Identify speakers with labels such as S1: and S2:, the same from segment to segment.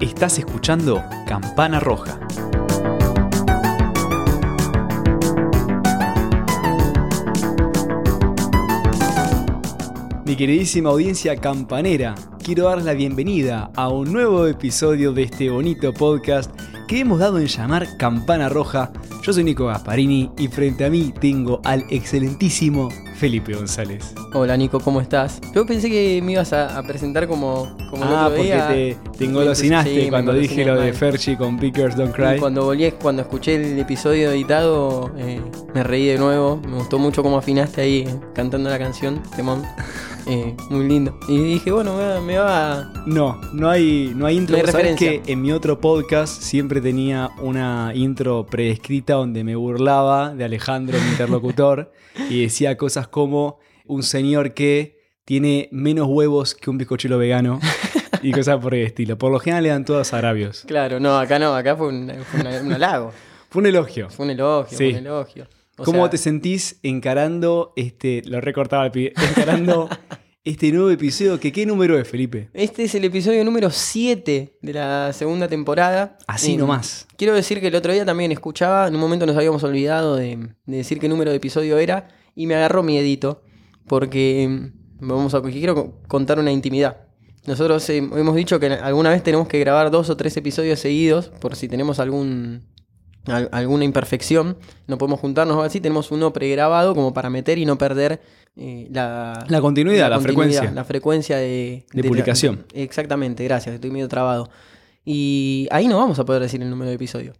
S1: Estás escuchando Campana Roja. Mi queridísima audiencia campanera, quiero darles la bienvenida a un nuevo episodio de este bonito podcast que hemos dado en llamar Campana Roja. Yo soy Nico Gasparini y frente a mí tengo al excelentísimo Felipe González.
S2: Hola Nico, ¿cómo estás? Yo pensé que me ibas a, a presentar como, como el
S1: ah,
S2: otro
S1: porque
S2: día.
S1: te, te engolosinaste
S2: Sí, me
S1: cuando dije
S2: engolosiné
S1: lo de
S2: mal.
S1: Fergie con Pickers Don't
S2: Y
S1: Cry.
S2: Cuando volví, cuando escuché el episodio editado, eh, me reí de nuevo. Me gustó mucho cómo afinaste ahí eh, cantando la canción, Temón. Eh, muy lindo. Y dije, bueno, me, va- me va a...
S1: No, no hay, no hay intro.
S2: No hay
S1: Vos sabés
S2: referencia.
S1: que en mi otro podcast siempre tenía una intro preescrita donde me burlaba de Alejandro, mi interlocutor, y decía cosas como un señor que tiene menos huevos que un bizcochuelo vegano y cosas por el estilo. Por lo general eran todas arabios.
S2: Claro, no, acá no, acá fue un, fue una- un halago.
S1: Fue un elogio.
S2: Fue un elogio,
S1: Sí.
S2: fue un elogio. O
S1: ¿Cómo
S2: sea,
S1: te sentís encarando este. Lo recortaba el pibe. Encarando este nuevo episodio? Que, ¿Qué número es, Felipe?
S2: Este es el episodio número 7 de la segunda temporada.
S1: Así
S2: Eh,
S1: nomás.
S2: Quiero decir que el otro día también escuchaba, en un momento nos habíamos olvidado de, de decir qué número de episodio era y me agarró miedito porque mm, vamos a quiero co- contar una intimidad. Nosotros eh, hemos dicho que alguna vez tenemos que grabar dos o tres episodios seguidos por si tenemos algún al- alguna imperfección, no podemos juntarnos o algo así, tenemos uno pregrabado como para meter y no perder eh, la,
S1: La continuidad, la, frecuencia.
S2: la frecuencia de,
S1: De
S2: la-
S1: publicación.
S2: exactamente, gracias, estoy medio trabado. Y ahí no vamos a poder decir el número de episodio.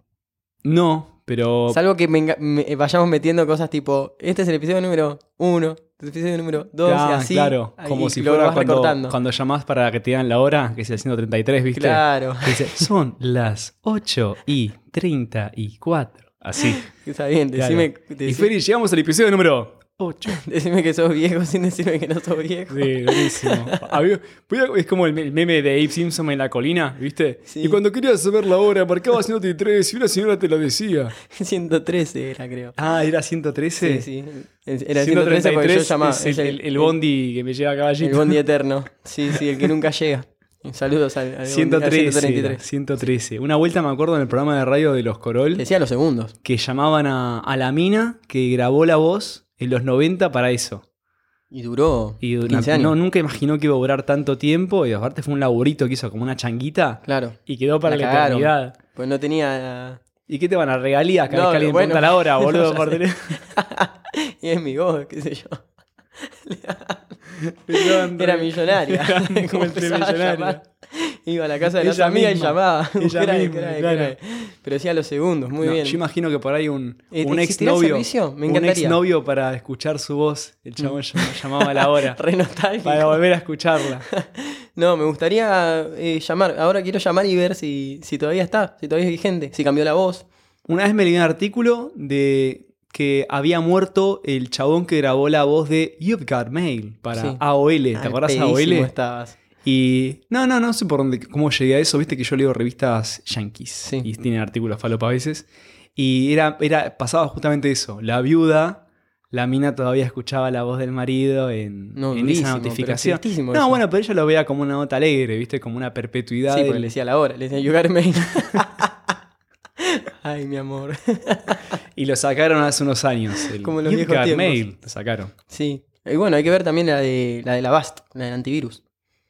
S1: No, pero
S2: Salvo que venga- me- eh, vayamos metiendo cosas tipo, este es el episodio número uno, este es el episodio número dos,
S1: Ah,
S2: y así.
S1: Claro,
S2: ahí
S1: como si
S2: lo
S1: fuera
S2: vas
S1: cuando,
S2: recortando.
S1: cuando llamás para que te digan la hora, que es el 133, ¿viste?
S2: Claro,
S1: Que dice, son las 8 y 34. Así.
S2: está bien,
S1: claro.
S2: decime,
S1: Y
S2: deci-
S1: Feli, llegamos al episodio número 8.
S2: decime que sos viejo sin decirme que no sos viejo.
S1: Sí, buenísimo. Había- voy a- Es como el me- el meme de Abe Simpson en la colina, ¿viste?
S2: Sí.
S1: Y cuando querías saber la hora, marcaba 133 y una señora te lo decía.
S2: 113 era, creo.
S1: Ah, era
S2: Sí,
S1: 113.
S2: sí. Era 113 porque yo llamaba.
S1: es el,
S2: es
S1: el- el bondi que me lleva a caballito.
S2: El bondi eterno. Sí, sí, el que nunca llega. Saludos al, al bondi-
S1: 113,
S2: al 133.
S1: era, 113. Una vuelta me acuerdo en el programa de radio de los Corol
S2: Decía los segundos.
S1: que llamaban a, a la mina que grabó la voz en los 90 para eso.
S2: Y duró
S1: Y una-
S2: 15 años.
S1: no, nunca imaginó que iba a durar tanto tiempo y aparte fue un laburito que hizo como una changuita
S2: Claro.
S1: y quedó para la,
S2: La cagaron.
S1: eternidad.
S2: Pues no tenía.
S1: ¿Y qué te van a regalías cada
S2: No,
S1: vez que alguien
S2: bueno.
S1: pregunta la hora,
S2: No,
S1: boludo?
S2: ya
S1: por
S2: sé.
S1: tener-
S2: y es mi voz, qué sé yo.
S1: Perdón,
S2: Era
S1: re-
S2: millonaria.
S1: Era
S2: Como empezaba a
S1: multimillonaria.
S2: llamar. Iba a la casa de
S1: Ella
S2: las amigas y
S1: misma.
S2: llamaba.
S1: Ella
S2: Cray,
S1: misma,
S2: cray,
S1: claro.
S2: cray. Pero decía los segundos, muy
S1: No,
S2: bien.
S1: Yo imagino que por ahí un,
S2: Eh,
S1: un
S2: ¿existirá
S1: exnovio.
S2: servicio? Me
S1: Un
S2: encantaría. Mm.
S1: exnovio para escuchar su voz. El chabón llam- llamaba a la hora.
S2: Re nostálgico.
S1: para volver a escucharla.
S2: No, me gustaría eh, llamar. Ahora quiero llamar y ver si, si todavía está, si todavía es vigente, si cambió la voz.
S1: Una vez me leí un artículo de que había muerto el chabón que grabó la voz de You've Got Mail para
S2: Sí.
S1: AOL. ¿Te
S2: Al
S1: acordás AOL?
S2: pedísimo estabas.
S1: Y no, no, no sé por dónde, cómo llegué a eso. Viste que yo leo revistas yankees
S2: Sí.
S1: y tienen artículos falopa a veces. Y era, era, pasaba justamente eso. La viuda, la mina todavía escuchaba la voz del marido en,
S2: No,
S1: en
S2: durísimo,
S1: esa
S2: pero
S1: notificación.
S2: tristísimo
S1: No,
S2: eso.
S1: bueno, pero ella lo veía como una nota alegre, viste, como una perpetuidad.
S2: Sí,
S1: del-
S2: porque le decía la hora, le decía ayudarme. Ay, mi amor.
S1: Y lo sacaron hace unos años. El
S2: Como los
S1: You've
S2: viejos
S1: Got
S2: tiempos.
S1: Mail, lo sacaron.
S2: Sí. Y bueno, hay que ver también la de la de la Bast, la del antivirus.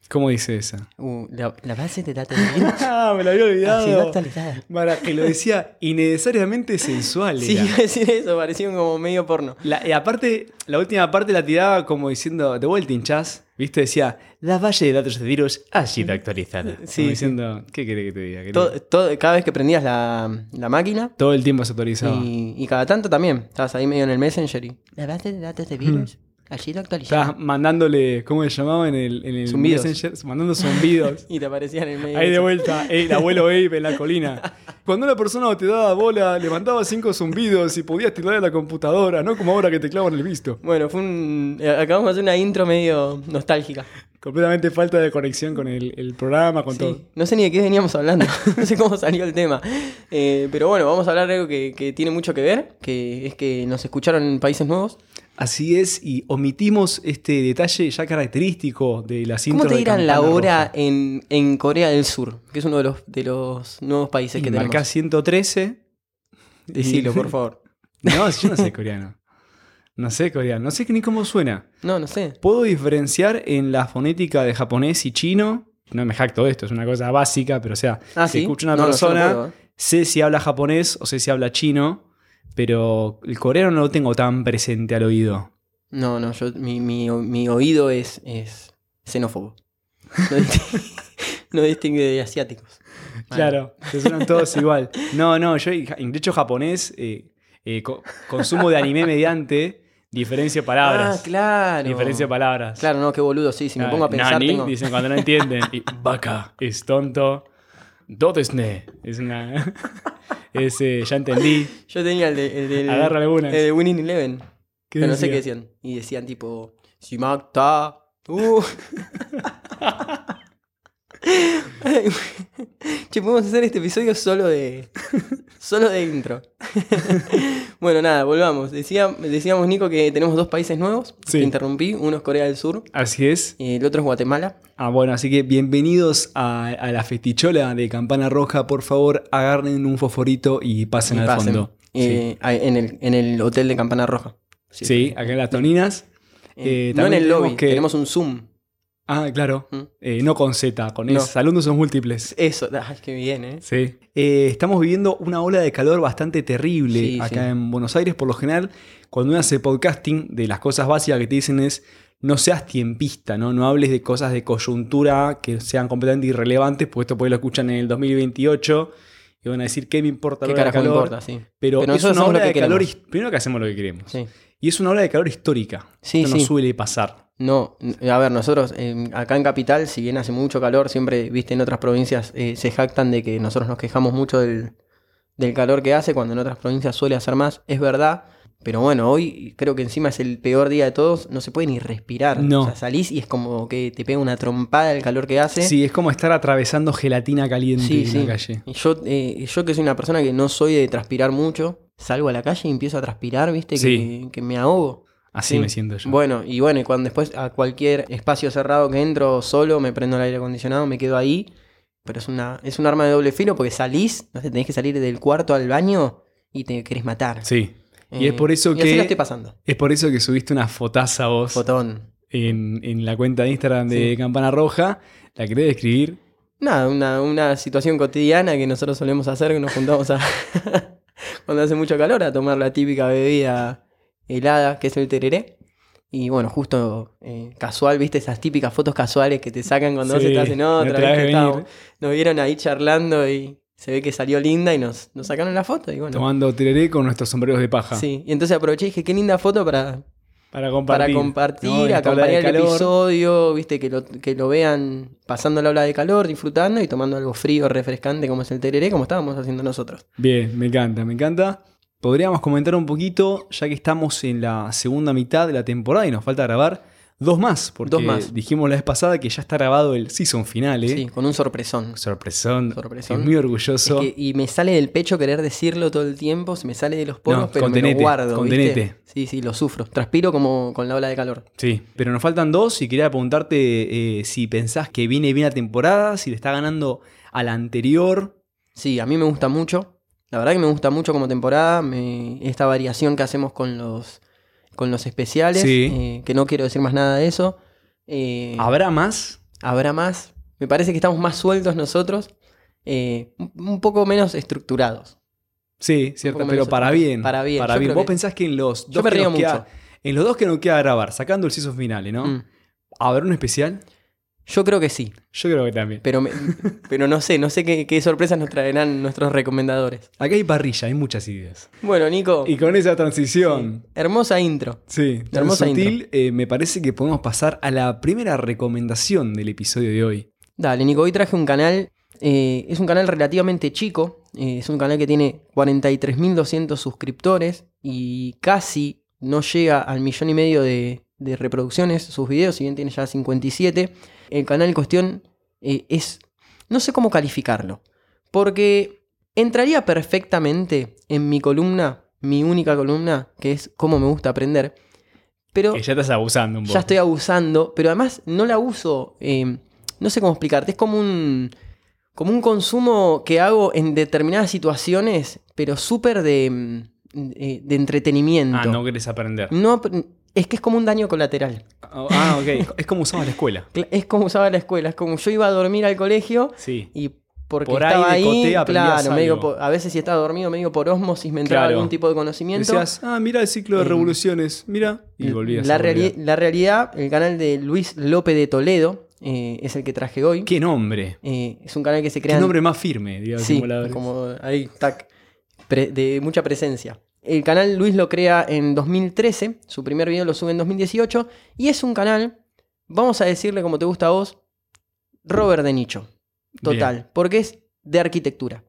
S1: ¿Cómo dice esa?
S2: Uh, la, la base de datos de virus.
S1: Ah, me lo había
S2: ha sido
S1: olvidado.
S2: actualizada.
S1: Para que lo decía innecesariamente sensual.
S2: Sí,
S1: era.
S2: iba a decir eso, parecía un como medio porno.
S1: La- y aparte, la última parte la tiraba como diciendo, de vuelta hinchás, ¿viste? Decía, la valle de datos de virus ha sido actualizada.
S2: Sí,
S1: Como
S2: sí.
S1: diciendo, ¿qué querés que te diga? querido?".
S2: Todo-
S1: Todo,
S2: todo- cada vez que prendías la, la máquina
S1: el tiempo se actualizaba.
S2: y, y cada tanto también, estabas ahí medio en el Messenger y. La base de datos de virus ha sido actualizada.
S1: Estabas mandándole, ¿cómo le llamaba en el, en el
S2: Zumbidos.
S1: Messenger? Mandando zumbidos.
S2: Y te aparecía en el medio.
S1: Ahí de
S2: ese.
S1: vuelta, el abuelo Abe en la colina. Cuando una persona te daba bola, levantaba cinco zumbidos y podías tirar de la computadora, no como ahora que te clavan el visto.
S2: Bueno, fue un. eh, Acabamos de hacer una intro medio nostálgica.
S1: Completamente falta de conexión con el, el programa, con
S2: Sí,
S1: todo.
S2: No sé ni de qué veníamos hablando, no sé cómo salió el tema. Eh, pero bueno, vamos a hablar de algo que, que tiene mucho que ver, que es que nos escucharon en países nuevos.
S1: Así es, y omitimos este detalle ya característico de las
S2: ¿Cómo
S1: intros
S2: te
S1: de
S2: dirán la
S1: Campana
S2: hora
S1: Roja.
S2: en, en Corea del Sur? Que es uno de los, de los nuevos países que
S1: Y marcás
S2: tenemos.
S1: 113. y-
S2: Decilo, por favor.
S1: No, yo no sé coreano. No sé coreano. No sé ni cómo suena.
S2: No, no sé.
S1: Puedo diferenciar en la fonética de japonés y chino. No me jacto de esto, es una cosa básica, pero o sea,
S2: Ah,
S1: si
S2: sí.
S1: escucho una
S2: No, no, yo no
S1: persona,
S2: puedo, ¿eh?
S1: sé si habla japonés o sé si habla chino, pero el coreano no lo tengo tan presente al oído.
S2: No, no, yo, mi, mi, mi oído es, es xenófobo. No distingue, no distingue de asiáticos.
S1: Claro, se suenan todos igual. No, no, yo ja- de hecho japonés eh, eh, co- consumo de anime mediante diferencia de palabras.
S2: Ah, claro.
S1: Diferencia de palabras.
S2: Claro, no, qué boludo, sí, si me
S1: Ah,
S2: pongo a pensar
S1: nani,
S2: tengo...
S1: dicen cuando no entienden. Y vaca, es tonto. Dotesne. Es una. es, eh, ya entendí.
S2: Yo tenía el de, el del-
S1: Agarra alguna.
S2: el de Winning Eleven, pero no sé qué
S1: decía?
S2: decían. Y decían tipo, Shimakta, uh. che, podemos hacer este episodio solo de, solo de intro. bueno, nada, volvamos. Decía, decíamos, Nico, que tenemos dos países nuevos.
S1: Sí.
S2: Te interrumpí, uno es Corea del Sur,
S1: Así es.
S2: y el otro es Guatemala.
S1: Ah, bueno, así que bienvenidos a, a la festichola de Campana Roja. Por favor, agarren un fosforito y pasen
S2: Y
S1: al
S2: pasen,
S1: fondo.
S2: eh, a- en, el, en el hotel de Campana Roja.
S1: sí. Sí, acá en las Toninas.
S2: Eh,
S1: Eh,
S2: no en
S1: también
S2: el
S1: tenemos
S2: lobby,
S1: que-
S2: tenemos un Zoom.
S1: Ah, claro.
S2: ¿Mm?
S1: Eh, no con Z, con
S2: No.
S1: S. Alumnos son múltiples.
S2: Eso, ay, qué bien, ¿eh?
S1: Sí. Eh, estamos viviendo una ola de calor bastante terrible
S2: Sí,
S1: acá
S2: sí.
S1: en Buenos Aires. Por lo general, cuando uno hace podcasting, de las cosas básicas que te dicen es no seas tiempista, ¿no? No hables de cosas de coyuntura que sean completamente irrelevantes, porque esto por ahí lo escuchan en el 2028 y van a decir qué me importa
S2: ¿Qué
S1: la ola de
S2: carajo
S1: calor.
S2: importa? Sí.
S1: Pero, es
S2: nosotros
S1: una
S2: hacemos
S1: ola de calor.
S2: queremos.
S1: his- Primero que hacemos lo que queremos.
S2: Sí.
S1: Y es una ola de calor histórica.
S2: Sí,
S1: Esto no
S2: sí.
S1: suele pasar.
S2: No, n- a ver, nosotros eh, acá en Capital, si bien hace mucho calor, siempre, viste, en otras provincias eh, se jactan de que nosotros nos quejamos mucho del, del calor que hace, cuando en otras provincias suele hacer más, es verdad. Pero bueno, hoy creo que encima es el peor día de todos, no se puede ni respirar.
S1: No.
S2: O sea, salís y es como que te pega una trompada el calor que hace.
S1: Sí. es como estar atravesando gelatina caliente
S2: Sí,
S1: en
S2: sí.
S1: la calle.
S2: Y Yo, eh, yo que soy una persona que no soy de transpirar mucho, salgo a la calle y empiezo a transpirar, viste, que-
S1: Sí.
S2: que me ahogo.
S1: Así
S2: Sí.
S1: me siento yo.
S2: Bueno, y bueno, y cuando después a cualquier espacio cerrado que entro solo, me prendo el aire acondicionado, me quedo ahí. Pero es una, es un arma de doble filo porque salís, no sé, tenés que salir del cuarto al baño y te querés matar. Eh,
S1: Sí. y es por eso
S2: y así
S1: que-
S2: la estoy pasando.
S1: Es por eso que subiste una fotaza vos
S2: Fotón.
S1: en, en la cuenta de Instagram de
S2: Sí.
S1: Campana Roja. ¿La querés describir?
S2: Nada, una, una situación cotidiana que nosotros solemos hacer, que nos juntamos a. cuando hace mucho calor, a tomar la típica bebida helada, que es el tereré. Y bueno, justo eh, casual, viste esas típicas fotos casuales que te sacan cuando vos
S1: Sí,
S2: estás en
S1: me
S2: otra.
S1: traes
S2: ¿viste?
S1: venir.
S2: Estábamos- nos vieron ahí charlando y se ve que salió linda y nos, nos sacaron la foto. Y bueno,
S1: Tomando tereré con nuestros sombreros de paja.
S2: sí. Y entonces aproveché y dije, qué linda foto para,
S1: Para
S2: para
S1: compartir.
S2: compartir,
S1: No, en esta ola de
S2: acompañar el
S1: calor.
S2: episodio, viste, que lo, que lo vean pasando la ola de calor, disfrutando y tomando algo frío, refrescante como es el tereré, como estábamos haciendo nosotros.
S1: Bien, me encanta, me encanta. Podríamos comentar un poquito, ya que estamos en la segunda mitad de la temporada y nos falta grabar dos más, porque
S2: Dos más.
S1: dijimos la vez pasada que ya está grabado el season final, ¿eh?
S2: Sí, con un sorpresón.
S1: Sorpresón.
S2: Sorpresón.
S1: Estoy muy
S2: Es
S1: orgulloso.
S2: que- y me sale del pecho querer decirlo todo el tiempo, se me sale de los poros,
S1: No,
S2: pero me
S1: contenete,
S2: lo guardo.
S1: contenete.
S2: ¿viste? Sí, sí, lo sufro. Transpiro como con la ola de calor.
S1: Sí, pero nos faltan dos y quería preguntarte eh, si pensás que viene bien la temporada, si le está ganando a la anterior.
S2: Sí, a mí me gusta mucho. La verdad que me gusta mucho como temporada. me- esta variación que hacemos con los, con los especiales.
S1: Sí.
S2: eh, que no quiero decir más nada de eso. Eh,
S1: ¿Habrá más?
S2: Habrá más. Me parece que estamos más sueltos nosotros. eh, un- un poco menos estructurados.
S1: Sí, cierto,
S2: poco
S1: pero
S2: menos
S1: para bien.
S2: Para bien, yo creo
S1: Vos
S2: que-
S1: pensás que en los dos
S2: Yo me
S1: que
S2: río
S1: nos queda-
S2: mucho.
S1: en los dos que nos queda grabar, sacando el season final, ¿no?
S2: Mm.
S1: ¿Habrá un especial?
S2: Yo creo que sí.
S1: Yo creo que también.
S2: Pero, me- pero no sé, no sé qué, qué sorpresas nos traerán nuestros recomendadores.
S1: Acá hay parrilla, hay muchas ideas.
S2: Bueno, Nico.
S1: Y con esa transición,
S2: Hermosa intro.
S1: sí, tan
S2: Hermosa
S1: sutil, eh, me parece que podemos pasar a la primera recomendación del episodio de hoy.
S2: Dale, Nico, hoy traje un canal. eh, es un canal relativamente chico. eh, es un canal que tiene 43.200 suscriptores y casi no llega al millón y medio de, de reproducciones sus videos, si bien tiene ya 57. El canal en cuestión eh, es. No sé cómo calificarlo. Porque entraría perfectamente en mi columna, mi única columna, que es cómo me gusta aprender. Pero
S1: Que ya estás abusando un poco. Ah,
S2: ya estoy abusando, pero además no la uso, eh, no sé cómo explicarte, es como un, como un consumo que hago en determinadas situaciones, pero súper de, mm, eh, de entretenimiento.
S1: Ah, no querés aprender.
S2: No, es que es como un daño colateral.
S1: Ah, ok. Es como usabas la escuela.
S2: Cla- Es como usaba la escuela, es como yo iba a dormir al colegio
S1: Sí.
S2: y porque
S1: Por ahí
S2: estaba
S1: de
S2: ahí,
S1: coté aprendías
S2: claro, medio
S1: algo.
S2: por- a veces si estaba dormido medio por osmosis me entraba
S1: Claro.
S2: algún tipo de conocimiento.
S1: Decías, ah, mira el ciclo de
S2: Em,
S1: revoluciones, mira. Y volvías
S2: la,
S1: a
S2: reali-
S1: realidad.
S2: la realidad, el canal de Luis López de Toledo eh, es el que traje hoy.
S1: ¿Qué nombre?
S2: Eh, es un canal que se
S1: ¿Qué
S2: crea
S1: nombre más firme? Digamos,
S2: sí,
S1: como la-
S2: como ahí, tac, pre- de mucha presencia. El canal Luis lo crea en 2013, su primer video lo sube en 2018 y es un canal, vamos a decirle como te gusta a vos, Robert de Nicho. Total, porque es de arquitectura.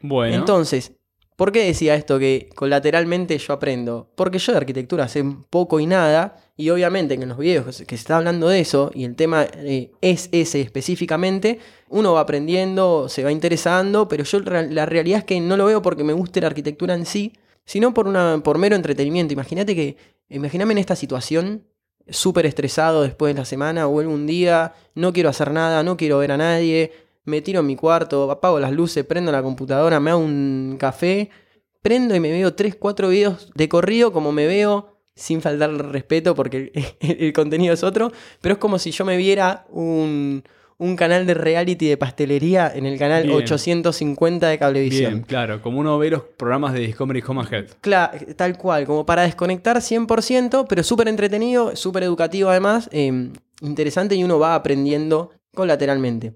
S1: Bueno.
S2: Entonces, ¿por qué decía esto que colateralmente yo aprendo? Porque yo de arquitectura sé poco y nada, y obviamente que en los videos que se que se está hablando de eso, y el tema eh, es ese específicamente, uno va aprendiendo, se va interesando, pero yo re- la realidad es que no lo veo porque me guste la arquitectura en sí, sino por, una, por mero entretenimiento. Imagínate que, imagíname en esta situación, súper estresado después de la semana, vuelvo un día, no quiero hacer nada, no quiero ver a nadie, me tiro en mi cuarto, apago las luces, prendo la computadora, me hago un café, prendo y me veo 3, 4 videos de corrido como me veo, sin faltar el respeto porque el, el contenido es otro, pero es como si yo me viera un, un canal de reality de pastelería en el canal
S1: Bien.
S2: 850 de Cablevisión.
S1: Bien, claro. Como uno ve los programas de Discovery Home and Health.
S2: Claro, tal cual, como para desconectar 100%, pero súper entretenido, súper educativo además, eh, interesante y uno va aprendiendo colateralmente.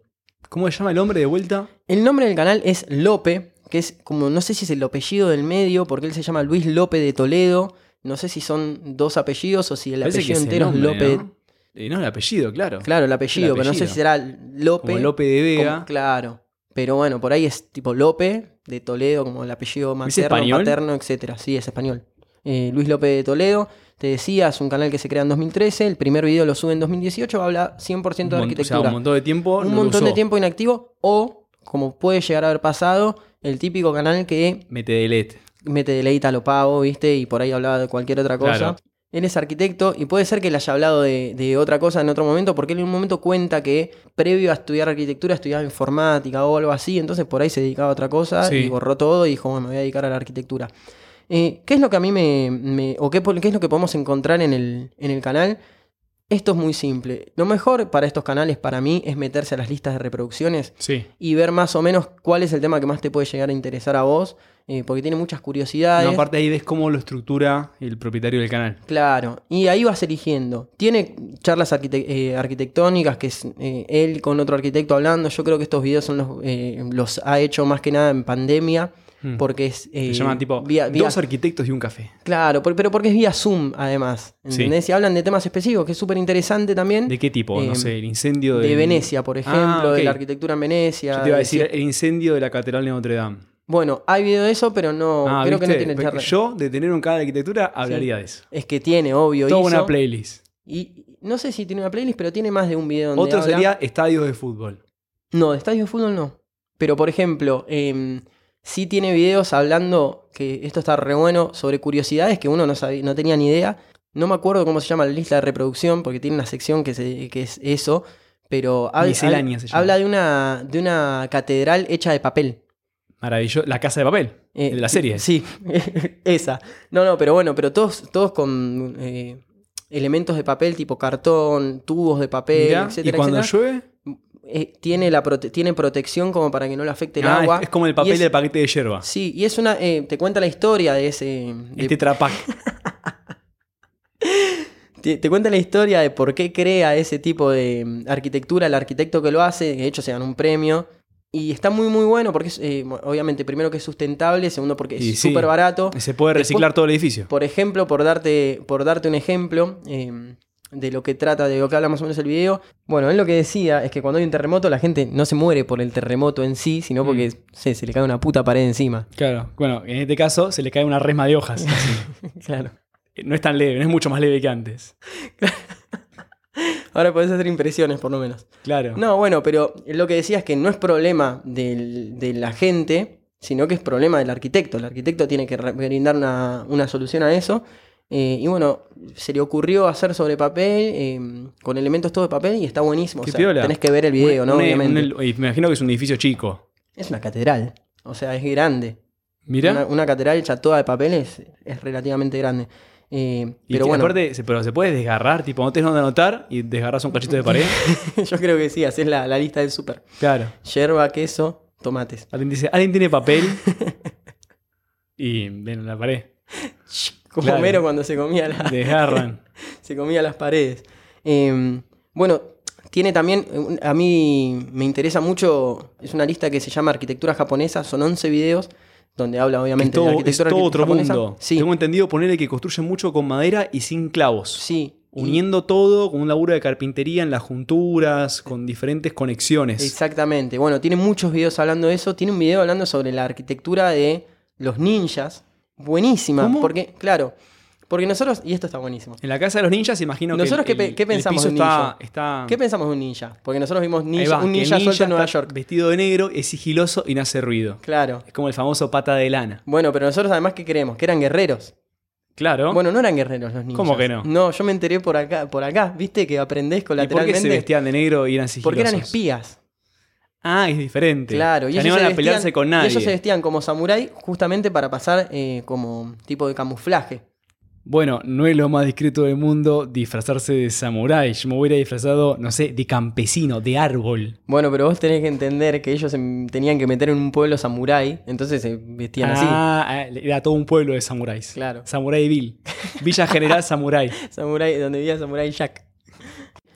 S1: ¿Cómo se llama el hombre de vuelta?
S2: El nombre del canal es Lope, que es como, no sé si es el apellido del medio, porque él se llama Luis Lope de Toledo, no sé si son dos apellidos o si el
S1: Parece que
S2: apellido
S1: es el
S2: entero
S1: nombre,
S2: es Lope.
S1: ¿no? Eh, no, el apellido, claro.
S2: Claro, el apellido, pero no sé
S1: apellido.
S2: si será Lope.
S1: Como Lope de
S2: como-
S1: Vega.
S2: claro. Pero bueno, por ahí es tipo Lope de Toledo, como el apellido
S1: ¿Es
S2: materno,
S1: español?
S2: paterno, etcétera. Sí, es español. Eh, Luis López de Toledo, te decía, es un canal que se crea en 2013, el primer video lo sube en 2018, habla 100% de
S1: Un mon- o sea,
S2: arquitectura.
S1: un montón de tiempo.
S2: un
S1: no lo
S2: montón de
S1: usó.
S2: tiempo inactivo o, como puede llegar a haber pasado, el típico canal que
S1: Mete delete.
S2: mete deleita a lo pavo, ¿viste? Y por ahí hablaba de cualquier otra cosa.
S1: Claro.
S2: Él es arquitecto y puede ser que él haya hablado de, de otra cosa en otro momento, porque él en un momento cuenta que previo a estudiar arquitectura estudiaba informática o algo así, entonces por ahí se dedicaba a otra cosa
S1: Sí.
S2: y borró todo y dijo, bueno, me voy a dedicar a la arquitectura. Eh, ¿Qué es lo que a mí me... me- o qué, po- qué es lo que podemos encontrar en el, en el canal? Esto es muy simple. Lo mejor para estos canales, para mí, es meterse a las listas de reproducciones
S1: Sí.
S2: y ver más o menos cuál es el tema que más te puede llegar a interesar a vos, eh, porque tiene muchas curiosidades.
S1: No, aparte ahí ves cómo lo estructura el propietario del canal.
S2: Claro, y ahí vas eligiendo. Tiene charlas arquite- eh, arquitectónicas, que es eh, él con otro arquitecto hablando. Yo creo que estos videos son los, eh, los ha hecho más que nada en pandemia,
S1: Mm.
S2: porque es...
S1: Se
S2: eh,
S1: llaman tipo
S2: vía- vía-
S1: dos arquitectos y un café.
S2: Claro, por- pero porque es vía Zoom además,
S1: Sí.
S2: ¿entendés? Y hablan de temas específicos, que es súper interesante también.
S1: ¿De qué tipo?
S2: Eh,
S1: no sé, el incendio
S2: de
S1: del-
S2: Venecia, por ejemplo, de
S1: ok.
S2: la arquitectura en Venecia.
S1: Yo te iba a
S2: de-
S1: decir el incendio de la Catedral de Notre Dame.
S2: Bueno, hay video de eso, pero no...
S1: Ah,
S2: Oh, creo que no
S1: ¿viste?
S2: tiene
S1: Pe-
S2: charla.
S1: Yo, de tener un canal de arquitectura, hablaría de eso.
S2: Es que tiene, obvio,
S1: Toda
S2: hizo.
S1: una playlist.
S2: Y no sé si tiene una playlist, pero tiene más de un video donde
S1: Otro
S2: habla.
S1: sería estadios de fútbol.
S2: No, de estadio de fútbol no. Pero, por ejemplo, em, sí tiene videos hablando, que esto está re bueno, sobre curiosidades que uno no, sabía, no tenía ni idea. No me acuerdo cómo se llama la lista de reproducción, porque tiene una sección que, se- que es eso, pero hab-
S1: Miscelánea
S2: hab-
S1: se llama.
S2: habla de una, de una catedral hecha de papel.
S1: Maravilloso. La Casa de Papel,
S2: Eh,
S1: de la serie.
S2: Sí, esa. No, no, pero bueno, pero todos, todos con eh, elementos de papel, tipo cartón, tubos de papel,
S1: Mirá,
S2: etcétera,
S1: y cuando
S2: etcétera.
S1: llueve,
S2: Eh, tiene, la prote- tiene protección como para que no le afecte el
S1: ah, es-
S2: agua.
S1: es, como el papel
S2: Y es-
S1: del paquete de yerba.
S2: Sí, y es una. eh, te cuenta la historia de ese. de-
S1: Este trapac.
S2: te, te cuenta la historia de por qué crea ese tipo de mm, arquitectura, el arquitecto que lo hace, de hecho se ganó un premio. Y está muy, muy bueno porque es, eh, obviamente, primero que es sustentable, segundo porque
S1: Y
S2: es
S1: sí.
S2: súper barato.
S1: Se puede reciclar todo el edificio.
S2: Por ejemplo, por darte, por darte un ejemplo eh, de lo que trata, de lo que habla más o menos el video. Bueno, él lo que decía es que cuando hay un terremoto, la gente no se muere por el terremoto en sí, sino porque se, se le cae una puta pared encima.
S1: Claro. Bueno, en este caso se le cae una resma de hojas.
S2: claro.
S1: no es tan leve, no es mucho más leve que antes.
S2: Ahora podés hacer impresiones, por lo menos.
S1: Claro.
S2: No, bueno, pero lo que decía es que no es problema del- de la gente, sino que es problema del arquitecto. El arquitecto tiene que re- brindar una, una solución a eso. Eh, y bueno, se le ocurrió hacer sobre papel, eh, con elementos todo de papel, y está buenísimo. O
S1: Qué
S2: sea,
S1: piola.
S2: tenés que ver el video, ¿no?
S1: Un- un-
S2: Obviamente.
S1: un- y me imagino que es un edificio chico.
S2: Es una catedral. O sea, es grande.
S1: Mira.
S2: Una, una catedral hecha toda de papel es, es relativamente grande. Eh,
S1: y
S2: pero
S1: que
S2: bueno,
S1: aparte, se, pero se puede desgarrar, tipo, no tenés dónde anotar y desgarras un cachito de pared.
S2: yo creo que sí, haces la, la lista del súper.
S1: claro.
S2: Yerba, queso, tomates.
S1: Alguien dice, ¿alguien tiene papel? y ven a la pared.
S2: Como
S1: Claro.
S2: Homero cuando se comía, la-
S1: Desgarran.
S2: se comía las paredes. Eh, bueno, tiene también, eh, un- a mí me interesa mucho, es una lista que se llama Arquitectura Japonesa, son 11 videos donde habla
S1: Es
S2: obviamente
S1: todo,
S2: de la
S1: es
S2: arquitectura
S1: todo otro
S2: japonesa.
S1: mundo.
S2: Sí,
S1: Tengo entendido ponerle que construyen mucho con madera y sin clavos.
S2: sí. Y-
S1: Uniendo todo con un laburo de carpintería en las junturas, con diferentes conexiones.
S2: Exactamente. Bueno, tiene muchos videos hablando de eso. Tiene un video hablando sobre la arquitectura de los ninjas. Buenísima.
S1: ¿Cómo?
S2: Porque, claro, porque nosotros, y esto está buenísimo.
S1: En la casa de los ninjas, imagino
S2: Nosotros
S1: que.
S2: qué pe- qué pensamos
S1: el
S2: de
S1: piso
S2: un
S1: está,
S2: ninja?
S1: está-
S2: ¿Qué pensamos de un ninja? Porque nosotros vimos
S1: Ah. Ahí
S2: ninja-
S1: va,
S2: un
S1: que el
S2: ninja, suelto en Nueva
S1: está
S2: York.
S1: Vestido de negro, es sigiloso y no hace ruido.
S2: Claro.
S1: Es como el famoso pata de lana.
S2: Bueno, pero nosotros además, ¿qué creemos? Que eran guerreros.
S1: Claro.
S2: Bueno, no eran guerreros los ninjas.
S1: ¿Cómo que no?
S2: No, yo me enteré por acá, por acá. ¿Viste que aprendés
S1: ¿Y por qué
S2: colateralmente?
S1: se vestían de negro y eran sigilosos?
S2: porque eran espías.
S1: Ah, es diferente.
S2: Claro, y
S1: Ya no
S2: ellos, se
S1: iban a
S2: vestían,
S1: pelearse con nadie.
S2: y ellos se vestían como samurái justamente para pasar eh, como tipo de camuflaje.
S1: Bueno, no es lo más discreto del mundo disfrazarse de samurái. Yo me hubiera disfrazado, no sé, de campesino, de árbol.
S2: Bueno, pero vos tenés que entender que ellos se m- tenían que meter en un pueblo samurái, entonces se vestían
S1: ah, ah, era todo un pueblo de samuráis.
S2: Claro.
S1: Samuráiville. Villa General Samurái.
S2: así. Samurái, donde vivía Samurái Jack.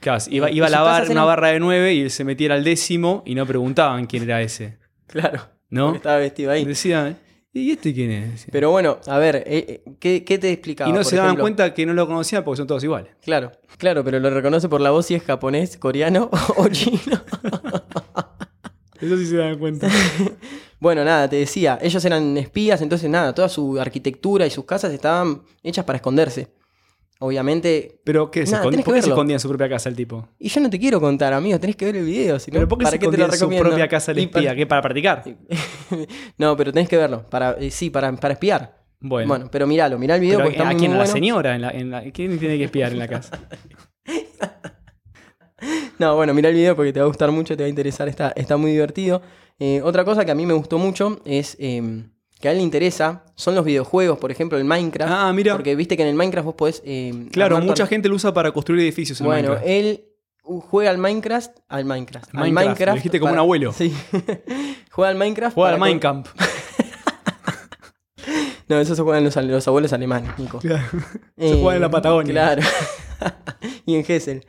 S1: Claro, iba,
S2: Eh,
S1: iba a
S2: y
S1: la
S2: sus casas
S1: bar- una
S2: eran-
S1: barra de nueve y él se metiera al décimo y no preguntaban quién era ese.
S2: Claro.
S1: ¿No?
S2: porque Estaba vestido ahí.
S1: Decían, ¿y este quién es? Decían.
S2: Pero bueno, a ver, eh, eh, ¿qué, qué te explicaba?
S1: y no
S2: por
S1: se daban
S2: ejemplo?
S1: cuenta que no lo conocían porque son todos iguales.
S2: Claro, claro, pero lo reconoce por la voz si es japonés, coreano o chino.
S1: Eso sí se daban cuenta.
S2: Bueno, nada, te decía, ellos eran espías, entonces nada, toda su arquitectura y sus casas estaban hechas para esconderse. Obviamente.
S1: Pero ¿qué? Se
S2: Nada,
S1: escond-
S2: tenés que
S1: ¿Por qué se
S2: verlo.
S1: escondía en su propia casa el tipo?
S2: Y yo no te quiero contar, amigo, tenés que ver el video, si no,
S1: ¿Pero por qué
S2: ¿para
S1: se
S2: qué te
S1: escondía
S2: lo
S1: en su
S2: recomiendo?
S1: propia casa el
S2: Y para-
S1: espía? ¿Qué? ¿Para practicar?
S2: no, pero tenés que verlo. Para, eh, sí, para, para espiar.
S1: Bueno.
S2: Bueno. pero míralo, mirá el video
S1: Pero
S2: porque está
S1: ¿A
S2: muy,
S1: quién?
S2: muy
S1: ¿A la
S2: bueno.
S1: señora? ¿En la- en la- ¿Quién tiene que espiar en la casa?
S2: No, bueno, mirá el video porque te va a gustar mucho, te va a interesar, está, está muy divertido. Eh, otra cosa que a mí me gustó mucho es eh, que a él le interesa, son los videojuegos, por ejemplo, el Minecraft.
S1: Ah, mira.
S2: Porque viste que en el Minecraft vos podés. eh,
S1: Claro,
S2: armar tu
S1: mucha
S2: ar-
S1: gente lo usa para construir edificios en
S2: Bueno,
S1: Minecraft.
S2: él uh, juega al Minecraft. Al Minecraft. al
S1: Minecraft, lo dijiste como un abuelo.
S2: Sí. juega al Minecraft.
S1: Juega al
S2: para-
S1: Minecamp.
S2: No, eso se juegan los, los abuelos alemanes, Nico. Eh,
S1: Se juega en la Patagonia.
S2: Claro. y en Gessel.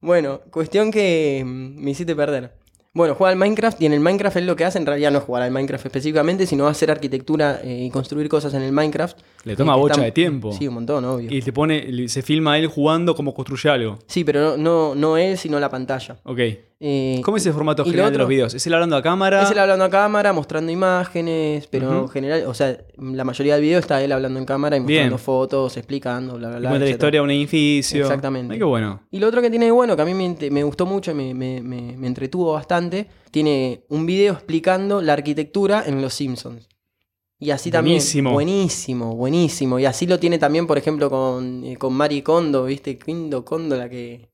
S2: Bueno, cuestión que mm, me hiciste perder. Bueno, juega al Minecraft y en el Minecraft él lo que hace en realidad no es jugar al Minecraft específicamente, sino hacer arquitectura eh, y construir cosas en el Minecraft.
S1: Le
S2: Eh,
S1: toma
S2: que
S1: bocha
S2: está-
S1: de tiempo.
S2: Sí, un montón, obvio.
S1: Y se pone, le- se filma él jugando como construye algo.
S2: Sí, pero no, no, no él, sino la pantalla.
S1: Ok.
S2: Eh,
S1: ¿Cómo es el formato
S2: y lo
S1: general de
S2: otro-
S1: los videos? ¿Es él hablando a cámara?
S2: Es él hablando a cámara, mostrando imágenes, pero
S1: Ujú.
S2: en general, o sea, la mayoría del video está él hablando en cámara y
S1: Bien.
S2: mostrando fotos, explicando, bla, bla,
S1: Y
S2: bla.
S1: cuenta la
S2: etcétera.
S1: historia de un edificio.
S2: Exactamente.
S1: Ay, qué bueno.
S2: Y lo otro que tiene de bueno, que a mí me, inte- me gustó mucho, me, me- me- me entretuvo bastante, tiene un video explicando la arquitectura en Los Simpsons. Y así también.
S1: Buenísimo.
S2: Buenísimo, buenísimo. Y así lo tiene también, por ejemplo, con, eh, con Mari Kondo, ¿viste? Kondo, Kondo, la que.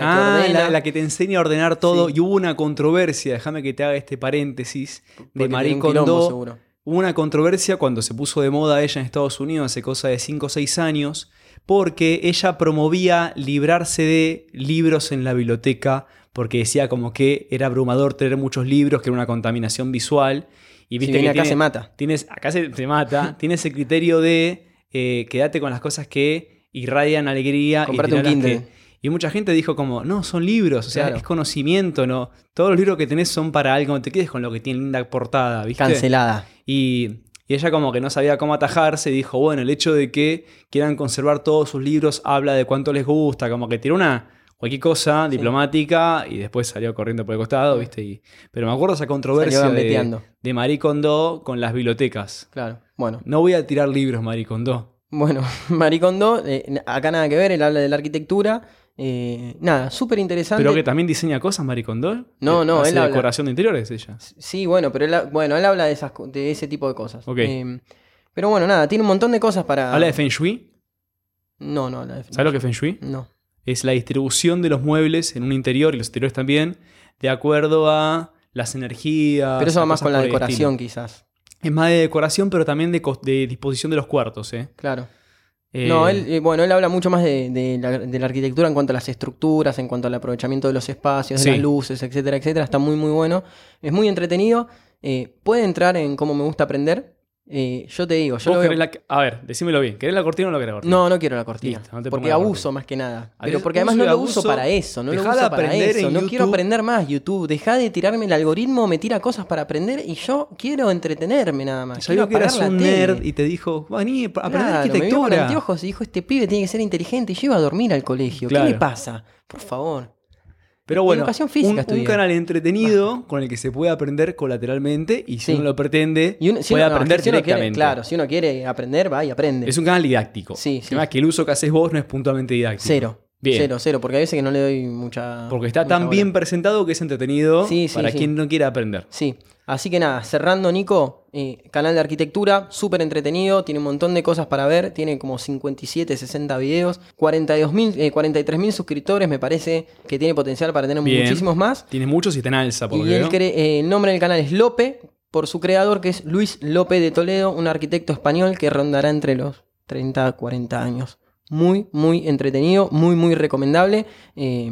S1: ah,
S2: que ordena.
S1: la, la que te enseña a ordenar todo.
S2: Sí.
S1: Y hubo una controversia, déjame que te haga este paréntesis,
S2: Porque
S1: de
S2: tiene
S1: Marie
S2: un quilombo,
S1: Kondo.
S2: seguro.
S1: Hubo una controversia cuando se puso de moda ella en Estados Unidos hace cosa de 5 o 6 años, porque ella promovía librarse de libros en la biblioteca, porque decía como que era abrumador tener muchos libros, que era una contaminación visual. Y
S2: Si
S1: viste
S2: viene
S1: que
S2: acá
S1: tiene-
S2: se mata.
S1: Tienes, acá se te mata, tienes el criterio de eh, quedarte con las cosas que irradian alegría. y
S2: Comprate un
S1: tirar las que-
S2: Kindle.
S1: y mucha gente dijo como, no, son libros, o sea,
S2: Claro.
S1: es conocimiento, ¿no? Todos los libros que tenés son para algo, no te quedes con lo que tiene linda portada, ¿viste?
S2: Cancelada.
S1: Y, y ella como que no sabía cómo atajarse, dijo, bueno, el hecho de que quieran conservar todos sus libros habla de cuánto les gusta, como que tiró una cualquier cosa diplomática y después salió corriendo por el costado, ¿viste? Y, pero me acuerdo esa controversia
S2: Salió
S1: de,
S2: gambeteando.
S1: de Marie Kondo con las bibliotecas.
S2: Claro. Bueno.
S1: No voy a tirar libros, Marie Kondo.
S2: Bueno, Marie Kondo, eh, n- acá nada que ver, él habla de la arquitectura. eh, nada, súper interesante.
S1: Pero que también diseña cosas, Marie Kondo.
S2: No, no,
S1: Hace
S2: él habla-
S1: decoración de interiores ella.
S2: Sí, bueno, pero él, ha- bueno, él habla de, esas, co- de ese tipo de cosas. Em,
S1: Ok.
S2: Eh, pero bueno, nada, tiene un montón de cosas para...
S1: Habla de Feng Shui.
S2: No, no, la definición.
S1: ¿Sabes lo que es Feng Shui?
S2: No.
S1: Es la distribución de los muebles en un interior y los exteriores también, de acuerdo a las energías.
S2: Pero eso
S1: a
S2: va más
S1: cosas
S2: con la
S1: Ah, por el
S2: decoración,
S1: estilo.
S2: quizás.
S1: Es más de decoración, pero también de, cos- de disposición de los cuartos. ¿eh?
S2: Claro.
S1: Eh,
S2: No, él, eh, bueno, él habla mucho más de, de la, de la arquitectura en cuanto a las estructuras, en cuanto al aprovechamiento de los espacios, de
S1: Sí.
S2: las luces, etcétera, etcétera. Está muy, muy bueno. Es muy entretenido. Eh, puede entrar en cómo me gusta aprender. Eh, yo te digo, yo
S1: vos
S2: lo veo-
S1: querés la- A ver, decímelo bien. ¿Querés la cortina o no querés la cortina?
S2: No, no quiero la cortina.
S1: Listo, no te
S2: porque
S1: pongas la
S2: abuso más que nada.
S1: A
S2: Pero
S1: ver,
S2: porque además
S1: uso
S2: no
S1: y
S2: lo uso
S1: abuso.
S2: para eso. No lo
S1: Dejá
S2: uso
S1: de
S2: para
S1: aprender
S2: eso.
S1: en
S2: No quiero
S1: YouTube.
S2: aprender más YouTube. Dejá de tirarme el algoritmo, me tira cosas para aprender y yo quiero entretenerme nada más.
S1: Sabía
S2: Quiero
S1: que eras
S2: apagar
S1: un
S2: la tele.
S1: nerd y te dijo, vení, pa- aprendí
S2: Claro, Me vio con
S1: arquitectura.
S2: anteojos y dijo, este pibe tiene que ser inteligente. Y yo iba a dormir al colegio.
S1: Claro.
S2: ¿Qué le pasa? Por favor.
S1: Pero bueno,
S2: Educación física
S1: un- un,
S2: estudié.
S1: canal entretenido con el que se puede aprender colateralmente y si
S2: Sí.
S1: uno lo pretende,
S2: Y uno- si
S1: puede
S2: uno- no,
S1: aprender
S2: si uno quiere-
S1: directamente.
S2: claro, si uno quiere aprender, va y aprende.
S1: Es un canal didáctico.
S2: Sí,
S1: El
S2: sí.
S1: tema es que el uso que haces vos no es puntualmente didáctico.
S2: Cero.
S1: Bien.
S2: Cero, cero. Porque a veces que no le doy mucha.
S1: Porque está
S2: mucha
S1: tan
S2: bola.
S1: bien presentado que es entretenido
S2: Sí, sí,
S1: para
S2: sí.
S1: quien no quiera aprender.
S2: Sí, así que nada, cerrando Nico, eh, canal de arquitectura, súper entretenido, tiene un montón de cosas para ver, tiene como 57, 60 videos, 42.000, eh, 43.000 suscriptores, me parece que tiene potencial para tener
S1: Bien.
S2: muchísimos más.
S1: Tiene muchos y está en alza, por lo
S2: Y
S1: que
S2: él
S1: veo.
S2: cree- eh, el nombre del canal es Lope, por su creador que es Luis Lope de Toledo, un arquitecto español que rondará entre los 30 a 40 años. Muy, muy entretenido, muy, muy recomendable. Eh,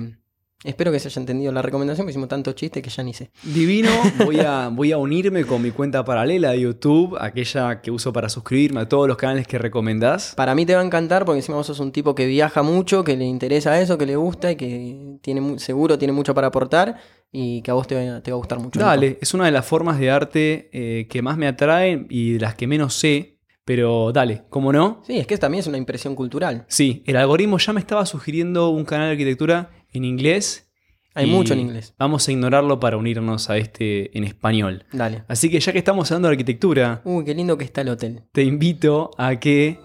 S2: espero que se haya entendido la recomendación, porque hicimos tantos chistes que ya ni sé.
S1: Divino, voy a, voy a unirme con mi cuenta paralela de YouTube, aquella que uso para suscribirme a todos los canales que recomendás.
S2: Para mí te va a encantar porque encima vos sos un tipo que viaja mucho, que le interesa eso, que le gusta y que tiene mu- seguro tiene mucho para aportar y que a vos te va, te va a gustar mucho. Nico.
S1: Dale, es una de las formas de arte eh, que más me atraen y de las que menos sé, pero dale, ¿cómo no?
S2: Sí, es que también es una impresión cultural.
S1: Sí, el algoritmo ya me estaba sugiriendo un canal de arquitectura en inglés.
S2: Hay
S1: y
S2: mucho en inglés.
S1: Vamos a ignorarlo para unirnos a este en español.
S2: Dale.
S1: Así que ya que estamos hablando de arquitectura,
S2: Uy, qué lindo que está el hotel.
S1: te invito a que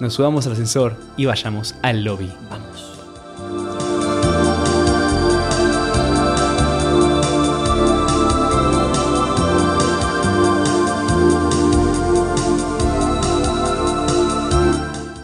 S1: nos subamos al ascensor y vayamos al lobby.
S2: Vamos.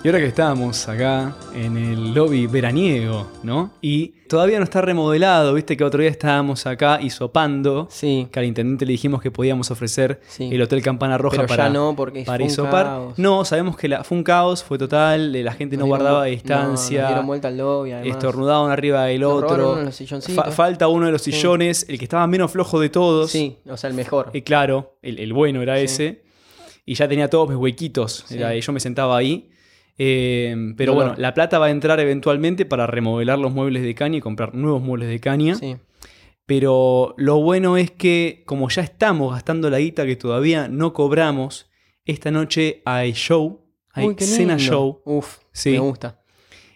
S1: Y ahora que estamos acá en el lobby veraniego, ¿no? Y todavía no está remodelado, viste que otro día estábamos acá hisopando.
S2: Sí,
S1: que al intendente le dijimos que podíamos ofrecer
S2: Sí.
S1: el Hotel Campana Roja
S2: pero
S1: para,
S2: ya no porque
S1: para
S2: fue un
S1: hisopar.
S2: caos.
S1: No, sabemos que la- fue un caos, fue total, eh, la gente
S2: Nos
S1: no
S2: dieron
S1: guardaba
S2: vu- no, nos
S1: distancia,
S2: dieron vuelta al lobby, además.
S1: estornudaban arriba del
S2: Nos robaron
S1: otro.
S2: uno de los silloncitos.
S1: Fa- falta uno de los sillones, el que estaba menos flojo de todos.
S2: Sí, o sea, el mejor.
S1: Y claro, el, el bueno era
S2: Sí.
S1: ese. Y ya tenía todos mis huequitos.
S2: Sí.
S1: era- yo me sentaba ahí. Eh, pero
S2: Dolor.
S1: bueno, la plata va a entrar eventualmente para remodelar los muebles de caña y comprar nuevos muebles de caña.
S2: Sí.
S1: Pero lo bueno es que, como ya estamos gastando la guita que todavía no cobramos, esta noche hay show, hay
S2: Uy, qué
S1: cena
S2: lindo.
S1: show.
S2: Uf,
S1: Sí.
S2: me gusta.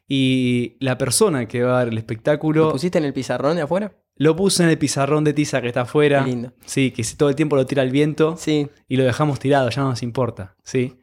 S1: Y la persona que va a dar el
S2: ¿Lo
S1: espectáculo
S2: pusiste en el pizarrón de afuera?
S1: lo puse en el pizarrón de tiza que está afuera.
S2: Qué lindo.
S1: Sí, que si todo el tiempo lo tira el viento
S2: Sí.
S1: y lo dejamos tirado, ya no nos importa. Sí.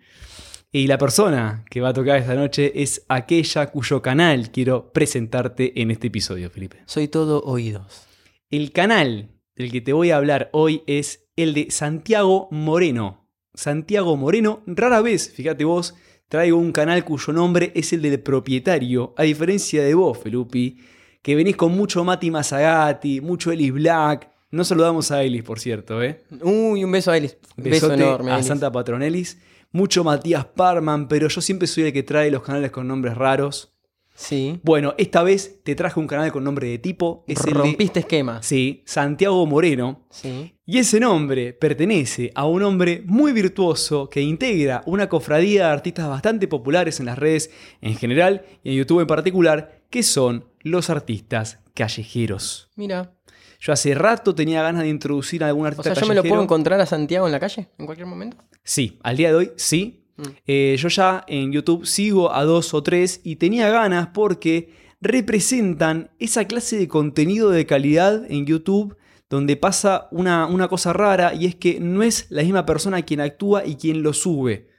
S1: Y la persona que va a tocar esta noche es aquella cuyo canal quiero presentarte en este episodio, Felipe.
S2: Soy todo oídos.
S1: El canal del que te voy a hablar hoy es el de Santiago Moreno. Santiago Moreno, rara vez, fíjate vos, traigo un canal cuyo nombre es el del propietario, a diferencia de vos, Felupi, que venís con mucho Mati Masagati, mucho Ellis Black. No saludamos a Ellis, por cierto, ¿eh?
S2: Uy, un beso a Elis. Un beso
S1: Besote
S2: enorme.
S1: a
S2: Elis.
S1: Santa Patronelis. Mucho Matías Parman, pero yo siempre soy el que trae los canales con nombres raros.
S2: Sí.
S1: Bueno, esta vez te traje un canal con nombre de tipo. Es el de-
S2: Rompiste esquemas.
S1: sí, Santiago Moreno.
S2: Sí.
S1: Y ese nombre pertenece a un hombre muy virtuoso que integra una cofradía de artistas bastante populares en las redes en general y en YouTube en particular, que son los artistas callejeros.
S2: Mira.
S1: Yo hace rato tenía ganas de introducir a algún
S2: O
S1: artista
S2: sea, yo me lo
S1: Este callejero.
S2: puedo encontrar a Santiago en la calle en cualquier momento.
S1: Sí, al día de hoy sí.
S2: Mm.
S1: Eh, yo ya en YouTube sigo a dos o tres y tenía ganas porque representan esa clase de contenido de calidad en YouTube donde pasa una, una cosa rara y es que no es la misma persona quien actúa y quien lo sube.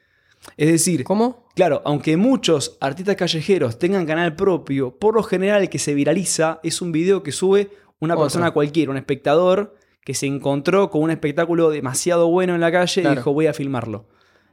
S1: Es decir,
S2: ¿Cómo?
S1: claro, aunque muchos artistas callejeros tengan canal propio, por lo general el que se viraliza es un video que sube una
S2: Otro.
S1: persona cualquiera, un espectador que se encontró con un espectáculo demasiado bueno en la calle y
S2: Claro.
S1: dijo voy a filmarlo.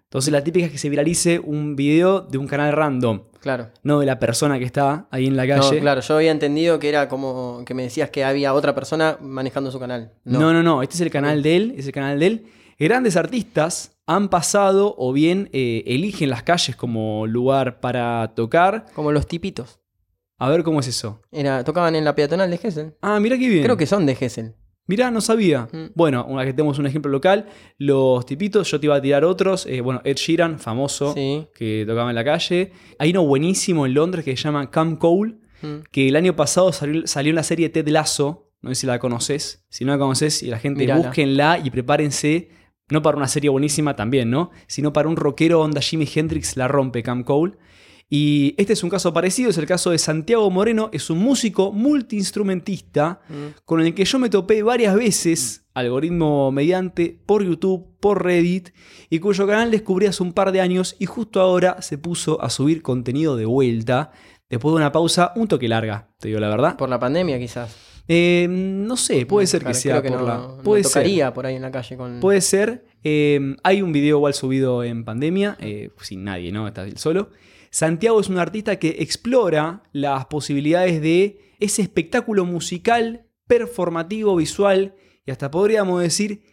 S1: Entonces la típica es que se viralice un video de un canal random,
S2: Claro.
S1: no de la persona que está ahí en la
S2: No,
S1: calle.
S2: claro, yo había entendido que era como que me decías que había otra persona manejando su canal. No,
S1: No. no, no, Este es el canal de él, es el canal de él. Grandes artistas han pasado o bien eh, eligen las calles como lugar para tocar.
S2: Como los tipitos.
S1: A ver cómo es eso.
S2: Era, tocaban en la peatonal de Gessel.
S1: Ah, mira qué bien.
S2: Creo que son de Gessel.
S1: Mirá, no sabía.
S2: Mm.
S1: Bueno, una que tenemos un ejemplo local, los tipitos, yo te iba a tirar otros. eh, bueno, Ed Sheeran, famoso,
S2: Sí.
S1: que tocaba en la calle. Hay uno buenísimo en Londres que se llama Cam Cole,
S2: Mm.
S1: que el año pasado salió, salió en la serie Ted Lasso. No sé si la conoces. Si no la conoces, y la gente
S2: Mirala.
S1: búsquenla y prepárense. No para una serie buenísima también, ¿no? Sino para un rockero onda Jimi Hendrix la rompe Cam Cole. Y este es un caso parecido, es el caso de Santiago Moreno, es un músico multiinstrumentista
S2: Mm.
S1: con el que yo me topé varias veces, algoritmo mediante, por YouTube, por Reddit, y cuyo canal descubrí hace un par de años y justo ahora se puso a subir contenido de vuelta, después de una pausa un toque larga, te digo la verdad.
S2: Por la pandemia quizás.
S1: Eh, no sé, puede ser que
S2: Claro,
S1: sea
S2: creo que
S1: por
S2: no-
S1: la...
S2: no
S1: Puede ser.
S2: tocaría por ahí en la calle con...
S1: Puede ser. Eh, hay un video igual subido en pandemia, eh, sin nadie, ¿no? Está él solo. Santiago es un artista que explora las posibilidades de ese espectáculo musical, performativo, visual y hasta podríamos decir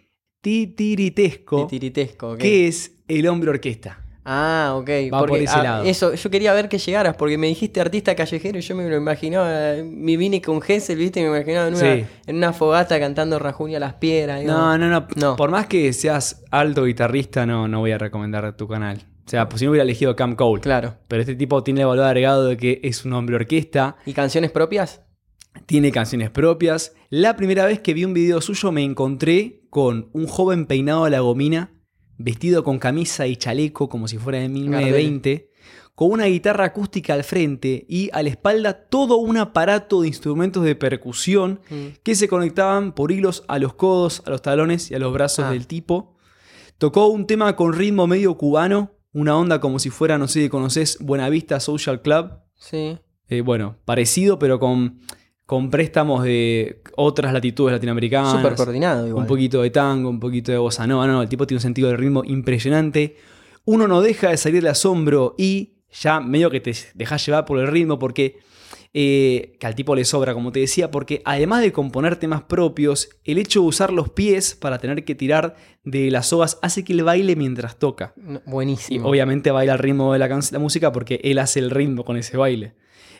S1: titiritesco,
S2: de tiritesco. ok.
S1: que es el hombre orquesta.
S2: Ah, ok.
S1: Va
S2: porque,
S1: por ese
S2: ah,
S1: lado.
S2: Eso, yo quería ver que llegaras, porque me dijiste artista callejero y yo me lo imaginaba. eh, Me vine con Gessel, viste, y me imaginaba en una,
S1: Sí.
S2: en una fogata cantando Rajunia a las piedras. digo.
S1: No, no, no,
S2: No.
S1: Por más que seas alto guitarrista, no, no voy a recomendar tu canal. O sea, pues si no hubiera elegido Cam Cole.
S2: Claro.
S1: Pero este tipo tiene el valor agregado de que es un hombre orquesta,
S2: ¿Y canciones propias?
S1: Tiene canciones propias. La primera vez que vi un video suyo me encontré con un joven peinado a la gomina, vestido con camisa y chaleco como si fuera de 1920, con una guitarra acústica al frente y a la espalda todo un aparato de instrumentos de percusión que se conectaban por hilos a los codos, a los talones y a los brazos
S2: Ah.
S1: del tipo. Tocó un tema con ritmo medio cubano, una onda como si fuera, no sé si conoces, Buenavista Social Club.
S2: Sí.
S1: Eh, bueno, parecido, pero con, con préstamos de otras latitudes latinoamericanas.
S2: Súper coordinado igual.
S1: Ah, un poquito de tango, un poquito de bossa nova. No, no, el tipo tiene un sentido del ritmo impresionante. Uno no deja de salir del asombro y ya medio que te dejas llevar por el ritmo porque... eh, que al tipo le sobra, como te decía, porque además de componer temas propios, el hecho de usar los pies para tener que tirar de las sogas hace que él baile mientras toca.
S2: No,
S1: Y
S2: buenísimo.
S1: obviamente baila al ritmo de la, can- la música porque él hace el ritmo con ese baile.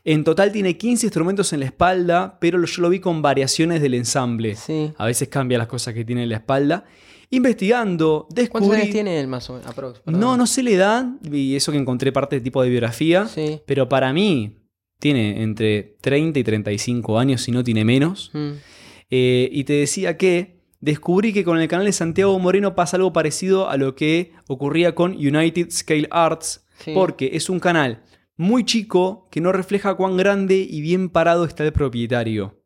S1: En total tiene 15 instrumentos en la espalda, pero lo- yo lo vi con variaciones del ensamble.
S2: Sí.
S1: A veces cambia las cosas que tiene en la espalda. Investigando, descubrí...
S2: ¿Cuántos años tiene él más o menos? Aprox, perdón.
S1: No, no sé la edad, y eso que encontré parte de tipo de biografía,
S2: Sí.
S1: pero para mí tiene entre 30 y 35 años, si no tiene menos.
S2: Mm.
S1: Eh, y te decía que descubrí que con el canal de Santiago Moreno pasa algo parecido a lo que ocurría con United Scale Arts,
S2: Sí.
S1: porque es un canal muy chico que no refleja cuán grande y bien parado está el propietario.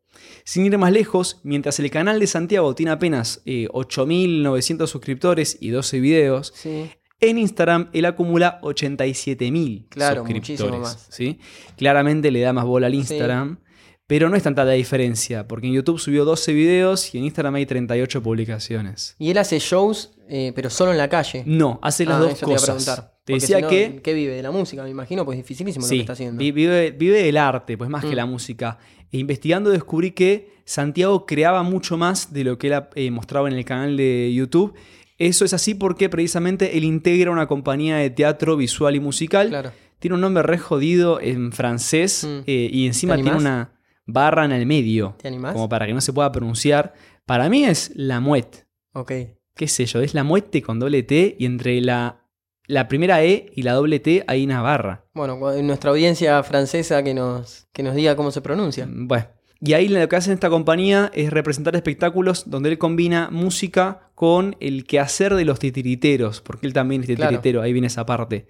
S1: Sin ir más lejos, mientras el canal de Santiago tiene apenas eh, 8.900 suscriptores y 12 videos,
S2: Sí.
S1: en Instagram él acumula 87.000
S2: Claro,
S1: suscriptores.
S2: muchísimo más.
S1: ¿sí? Claramente le da más bola al
S2: Sí.
S1: Instagram, pero no es tanta la diferencia, porque en YouTube subió 12 videos y en Instagram hay 38 publicaciones.
S2: Y él hace shows, eh, pero solo en la calle.
S1: No, hace las
S2: Ah,
S1: dos
S2: eso Te, iba a
S1: cosas.
S2: preguntar.
S1: Te
S2: Porque
S1: decía
S2: si no,
S1: que
S2: ¿Qué vive? ¿De la música? Me imagino, pues es dificilísimo lo que está haciendo.
S1: vi- Vive, vive del arte, pues más que
S2: Mm.
S1: la música. E investigando descubrí que Santiago creaba mucho más de lo que él eh, mostraba en el canal de YouTube. Eso es así porque precisamente él integra una compañía de teatro visual y musical.
S2: Claro.
S1: Tiene un nombre re jodido en francés
S2: Mm.
S1: eh, y encima
S2: ¿Te
S1: tiene
S2: animás?
S1: una barra en el medio,
S2: ¿Te animás?
S1: como para que no se pueda pronunciar. Para mí es la muet,
S2: Ok.
S1: qué sé yo, es la muete con doble T y entre la, la primera E y la doble T hay una barra.
S2: Bueno, cu- nuestra audiencia francesa que nos, que nos diga cómo se pronuncia.
S1: Mm, Bueno. Y ahí lo que hace esta compañía es representar espectáculos donde él combina música con el quehacer de los titiriteros, porque él también es
S2: Claro.
S1: titiritero, ahí viene esa parte.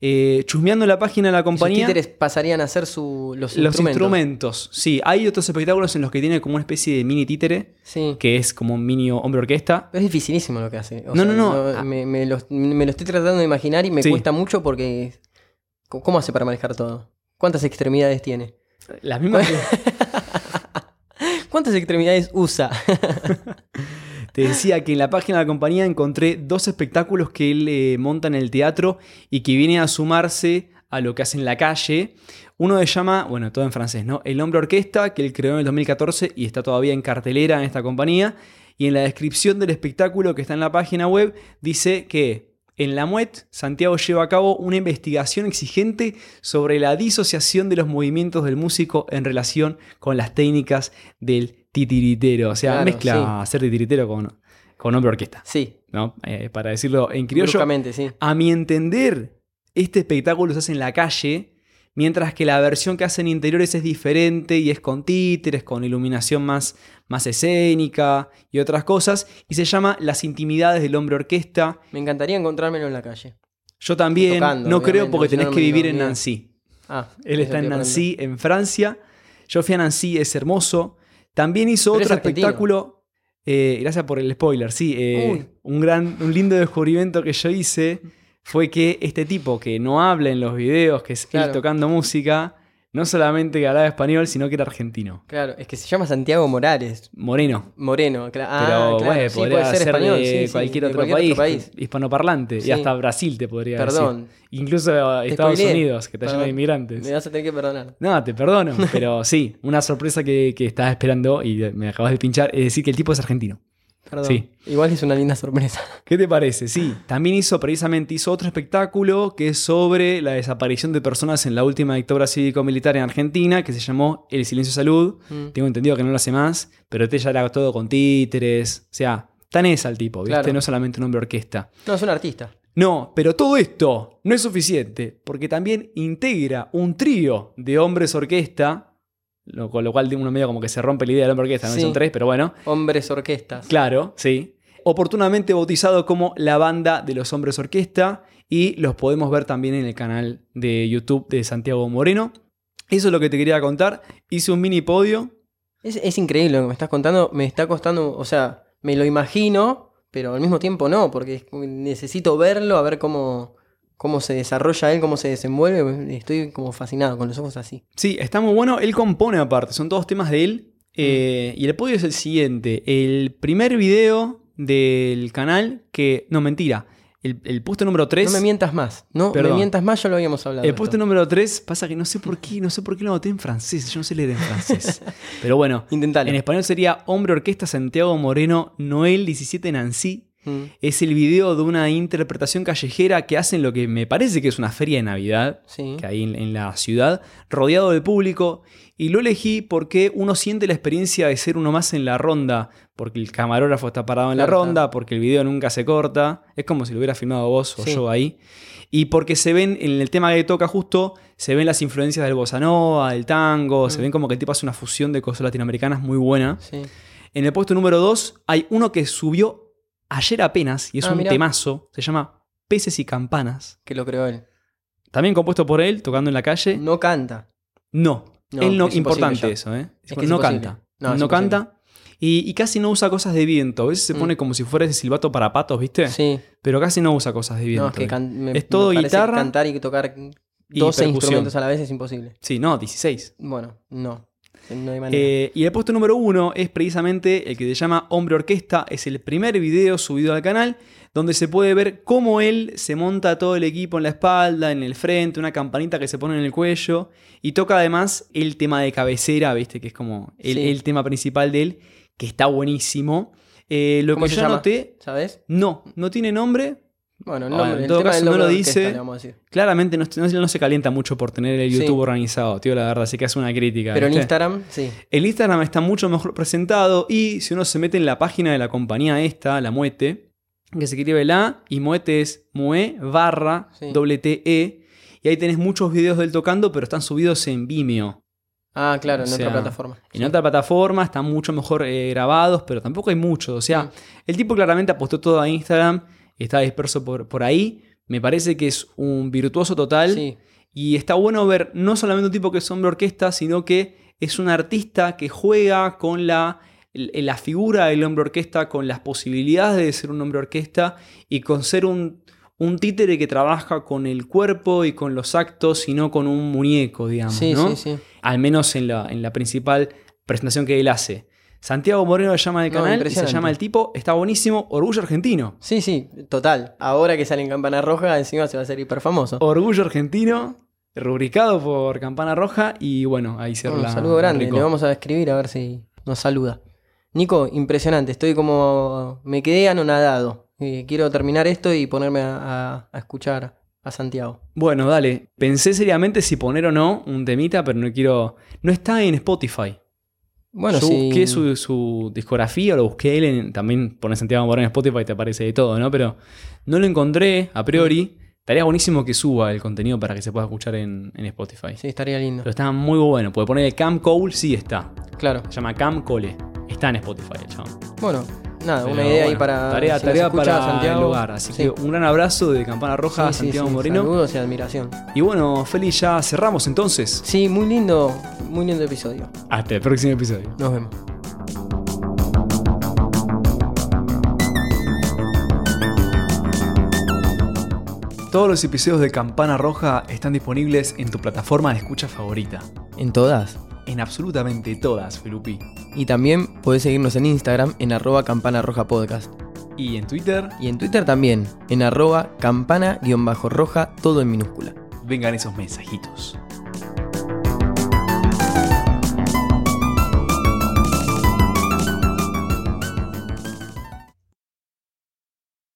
S1: Eh, chusmeando la página de la
S2: Los
S1: compañía.
S2: títeres pasarían a ser su, los,
S1: Los
S2: instrumentos.
S1: instrumentos, sí. Hay otros espectáculos en los que tiene como una especie de mini títere,
S2: Sí.
S1: que es como un mini hombre orquesta.
S2: Pero es dificilísimo lo que hace. O
S1: No, no, no. Ah.
S2: Me, me los- me lo estoy tratando de imaginar y me
S1: Sí.
S2: cuesta mucho porque. c- ¿Cómo hace para manejar todo? ¿Cuántas extremidades tiene?
S1: Las mismas.
S2: ¿Cuántas extremidades usa?
S1: te Te decía que en la página de la compañía encontré dos espectáculos que él eh, monta en el teatro y que viene a sumarse a lo que hace en la calle. Uno se llama, bueno, todo en francés, ¿no? El Hombre Orquesta, que él creó en el 2014 y está todavía en cartelera en esta compañía. Y en la descripción del espectáculo que está en la página web dice que en la MUET, Santiago lleva a cabo una investigación exigente sobre la disociación de los movimientos del músico en relación con las técnicas del titiritero. O sea,
S2: Claro,
S1: mezcla
S2: sí.
S1: hacer titiritero con, con hombre orquesta,
S2: Sí,
S1: ¿no? Eh, para decirlo en criollo.
S2: bruscamente, sí.
S1: A mi entender, este espectáculo se hace en la calle, mientras que la versión que hacen interiores es diferente y es con títeres, con iluminación más, más escénica y otras cosas, y se llama Las intimidades del hombre orquesta.
S2: Me encantaría encontrármelo en la calle.
S1: Yo también
S2: Tocando,
S1: no creo
S2: obviamente,
S1: porque
S2: yo
S1: tenés
S2: no
S1: que
S2: me
S1: vivir
S2: lo-
S1: en
S2: mira.
S1: Nancy.
S2: Ah,
S1: Él
S2: eso
S1: está
S2: te
S1: en
S2: iba a
S1: Nancy, en Francia. Yo fui a Nancy, es hermoso. También hizo
S2: Pero es
S1: otro
S2: argentino.
S1: espectáculo. eh, gracias por el spoiler, sí. eh,
S2: Uy.
S1: un, gran, un lindo descubrimiento que yo hice fue que este tipo que no habla en los videos, que es él
S2: Claro.
S1: tocando música, no solamente que hablaba español, sino que era argentino.
S2: Claro, es que se llama Santiago Morales.
S1: Moreno.
S2: Moreno, cla- ah,
S1: Pero
S2: claro.
S1: bueno,
S2: sí,
S1: podría
S2: puede ser
S1: ser
S2: español,
S1: de
S2: sí, sí,
S1: cualquier,
S2: de
S1: otro, país,
S2: país.
S1: Hispanoparlante. Y
S2: Sí.
S1: hasta Brasil te podría decir.
S2: Perdón,
S1: Incluso eh, Estados
S2: spoileé.
S1: Unidos, que está lleno de
S2: Perdón.
S1: inmigrantes.
S2: me vas a tener que perdonar.
S1: No, te perdono, pero sí, una sorpresa que, que estaba esperando y me acabas de pinchar es decir que el tipo es argentino.
S2: Perdón.
S1: Sí.
S2: Igual es una linda sorpresa.
S1: ¿Qué te parece? Sí, también hizo precisamente hizo otro espectáculo que es sobre la desaparición de personas en la última dictadura cívico-militar en Argentina, que se llamó El Silencio Salud.
S2: Mm.
S1: Tengo entendido que no lo hace más, pero este ya era todo con títeres, o sea, tan es al tipo, ¿viste?
S2: Claro.
S1: No solamente un hombre orquesta.
S2: No, es un artista.
S1: No, pero todo esto no es suficiente, porque también integra un trío de hombres orquesta, lo- con lo cual uno medio como que se rompe la idea del hombre orquesta, no
S2: Sí.
S1: son tres, pero bueno,
S2: Hombres orquestas.
S1: claro, sí. Oportunamente bautizado como la banda de los hombres orquesta y los podemos ver también en el canal de YouTube de Santiago Moreno. Eso es lo que te quería contar. Hice un mini podio.
S2: Es, es increíble lo que me estás contando. Me está costando, o sea, me lo imagino, pero al mismo tiempo no, porque es- necesito verlo, a ver cómo, cómo se desarrolla él, cómo se desenvuelve. Estoy como fascinado, con los ojos así.
S1: Sí, está muy bueno. Él compone aparte, son todos temas de él.
S2: Mm.
S1: Eh, y el podio es el siguiente. El primer video del canal que... No, mentira. El, el puesto número 3...
S2: No me mientas más, no
S1: Perdón.
S2: me mientas más, ya lo habíamos hablado.
S1: el
S2: de
S1: puesto
S2: esto.
S1: número 3 pasa que no sé por qué, no sé por qué lo noté en francés. Yo no sé leer en francés. Pero bueno,
S2: Intentalo.
S1: en español sería Hombre Orquesta Santiago Moreno Noel 17 Nancy
S2: Mm.
S1: es el video de una interpretación callejera que hacen lo que me parece que es una feria de Navidad,
S2: Sí.
S1: que hay en, en la ciudad, rodeado de público. Y lo elegí porque uno siente la experiencia de ser uno más en la ronda, porque el camarógrafo está parado en la
S2: Claro,
S1: ronda, porque el video nunca se corta. Es como si lo hubiera filmado vos o
S2: Sí.
S1: yo ahí. Y porque se ven, en el tema que toca justo, se ven las influencias del bossa nova, del tango, se
S2: Mm.
S1: ven como que el tipo hace una fusión de cosas latinoamericanas muy buena.
S2: Sí.
S1: En el puesto número 2 hay uno que subió ayer apenas y es
S2: Ah,
S1: un
S2: mirá.
S1: temazo. Se llama Peces y Campanas.
S2: Que lo creó él.
S1: También compuesto por él, tocando en la calle.
S2: No canta.
S1: No,
S2: No,
S1: él no.
S2: es imposible
S1: Importante
S2: ya.
S1: eso, ¿eh?
S2: Es que es
S1: no
S2: imposible.
S1: canta.
S2: No,
S1: No,
S2: es imposible.
S1: canta. Y, y casi no usa cosas de viento. A veces se
S2: Mm.
S1: pone como si fuera ese silbato para patos, ¿viste?
S2: Sí.
S1: Pero casi no usa cosas de viento.
S2: No, es que
S1: él.
S2: can- me-
S1: Es todo
S2: me parece que
S1: guitarra
S2: Cantar y tocar
S1: Y
S2: 12
S1: percusión.
S2: instrumentos a la vez es imposible.
S1: Sí, no, 16.
S2: Bueno, no. No hay manera.
S1: Eh, y el puesto número uno es precisamente el que se llama Hombre Orquesta. Es el primer video subido al canal donde se puede ver cómo él se monta todo el equipo en la espalda, en el frente, una campanita que se pone en el cuello. Y toca además el tema de cabecera, ¿viste? Que es como el,
S2: Sí.
S1: el tema principal de él, que está buenísimo. Eh, lo
S2: ¿Cómo
S1: que
S2: se
S1: yo
S2: llama?
S1: noté,
S2: ¿Sabes?
S1: no, no tiene nombre.
S2: Bueno, el
S1: Ahora,
S2: nombre,
S1: ah, en
S2: el
S1: todo
S2: tema
S1: caso
S2: del
S1: no
S2: nombre
S1: lo
S2: de orquesta,
S1: dice,
S2: le vamos a decir.
S1: Claramente no, no- no se calienta mucho por tener el
S2: Sí.
S1: YouTube organizado, tío, la verdad. Así que hace una crítica.
S2: Pero en
S1: ¿viste?
S2: Instagram, sí.
S1: El Instagram está mucho mejor presentado y si uno se mete en la página de la compañía esta, la Muete, que se escribe la y Muete es Mue barra
S2: Sí.
S1: WTE. Y ahí tenés muchos videos del tocando, pero están subidos en Vimeo.
S2: Ah, claro,
S1: O
S2: en
S1: sea,
S2: otra plataforma.
S1: En otra plataforma están mucho mejor eh, grabados, pero tampoco hay muchos. O sea,
S2: Mm.
S1: el tipo claramente apostó todo a Instagram, está disperso por, por ahí. Me parece que es un virtuoso total.
S2: Sí,
S1: Y está bueno ver no solamente un tipo que es hombre orquesta, sino que es un artista que juega con la, el- la figura del hombre orquesta, con las posibilidades de ser un hombre orquesta y con ser un, un títere que trabaja con el cuerpo y con los actos y no con un muñeco, digamos.
S2: sí,
S1: ¿no?
S2: sí, sí.
S1: Al menos en la, en la principal presentación que él hace. Santiago Moreno se llama el
S2: No,
S1: canal, y se
S2: impresionante.
S1: llama el tipo, está buenísimo, Orgullo Argentino.
S2: Sí, sí, total. Ahora que sale en Campana Roja, encima se va a hacer hiper famoso.
S1: Orgullo Argentino, rubricado por Campana Roja y bueno, ahí se
S2: Un
S1: la-
S2: saludo grande,
S1: rubricó.
S2: le vamos a escribir a ver si nos saluda. Nico, impresionante, estoy como. Me quedé anonadado. Eh, quiero terminar esto y ponerme a, a- a escuchar a Santiago.
S1: Bueno, dale, pensé seriamente si poner o no un temita, pero no quiero... No está en Spotify.
S2: Bueno,
S1: Yo
S2: sí.
S1: busqué su, su discografía, lo busqué él, en- también pones Santiago Moreno en Spotify y te aparece de todo, ¿no? Pero no lo encontré a priori. Estaría buenísimo que suba el contenido para que se pueda escuchar en, en Spotify.
S2: Sí, estaría lindo.
S1: Pero está muy bueno, porque ponerle Cam Cole sí está.
S2: Claro.
S1: Se llama Cam Cole. Está en Spotify, el chabón.
S2: Bueno, nada,
S1: Pero
S2: una idea ahí
S1: bueno,
S2: para.
S1: Tarea,
S2: si nos
S1: tarea
S2: escucha
S1: para el lugar. Así
S2: sí.
S1: que un gran abrazo de Campana Roja a
S2: Sí, sí,
S1: Santiago
S2: sí,
S1: Moreno.
S2: Saludos y admiración.
S1: Y bueno, Feli, ya cerramos entonces.
S2: Sí, muy lindo, muy lindo episodio.
S1: Hasta el próximo episodio.
S2: Nos vemos.
S1: Todos los episodios de Campana Roja están disponibles en tu plataforma de escucha favorita.
S2: En todas.
S1: En absolutamente todas, Felupi.
S2: Y también podés seguirnos en Instagram en arroba campana roja podcast.
S1: Y en Twitter,
S2: Y en Twitter también, en arroba campana-roja, todo en minúscula.
S1: vengan esos mensajitos.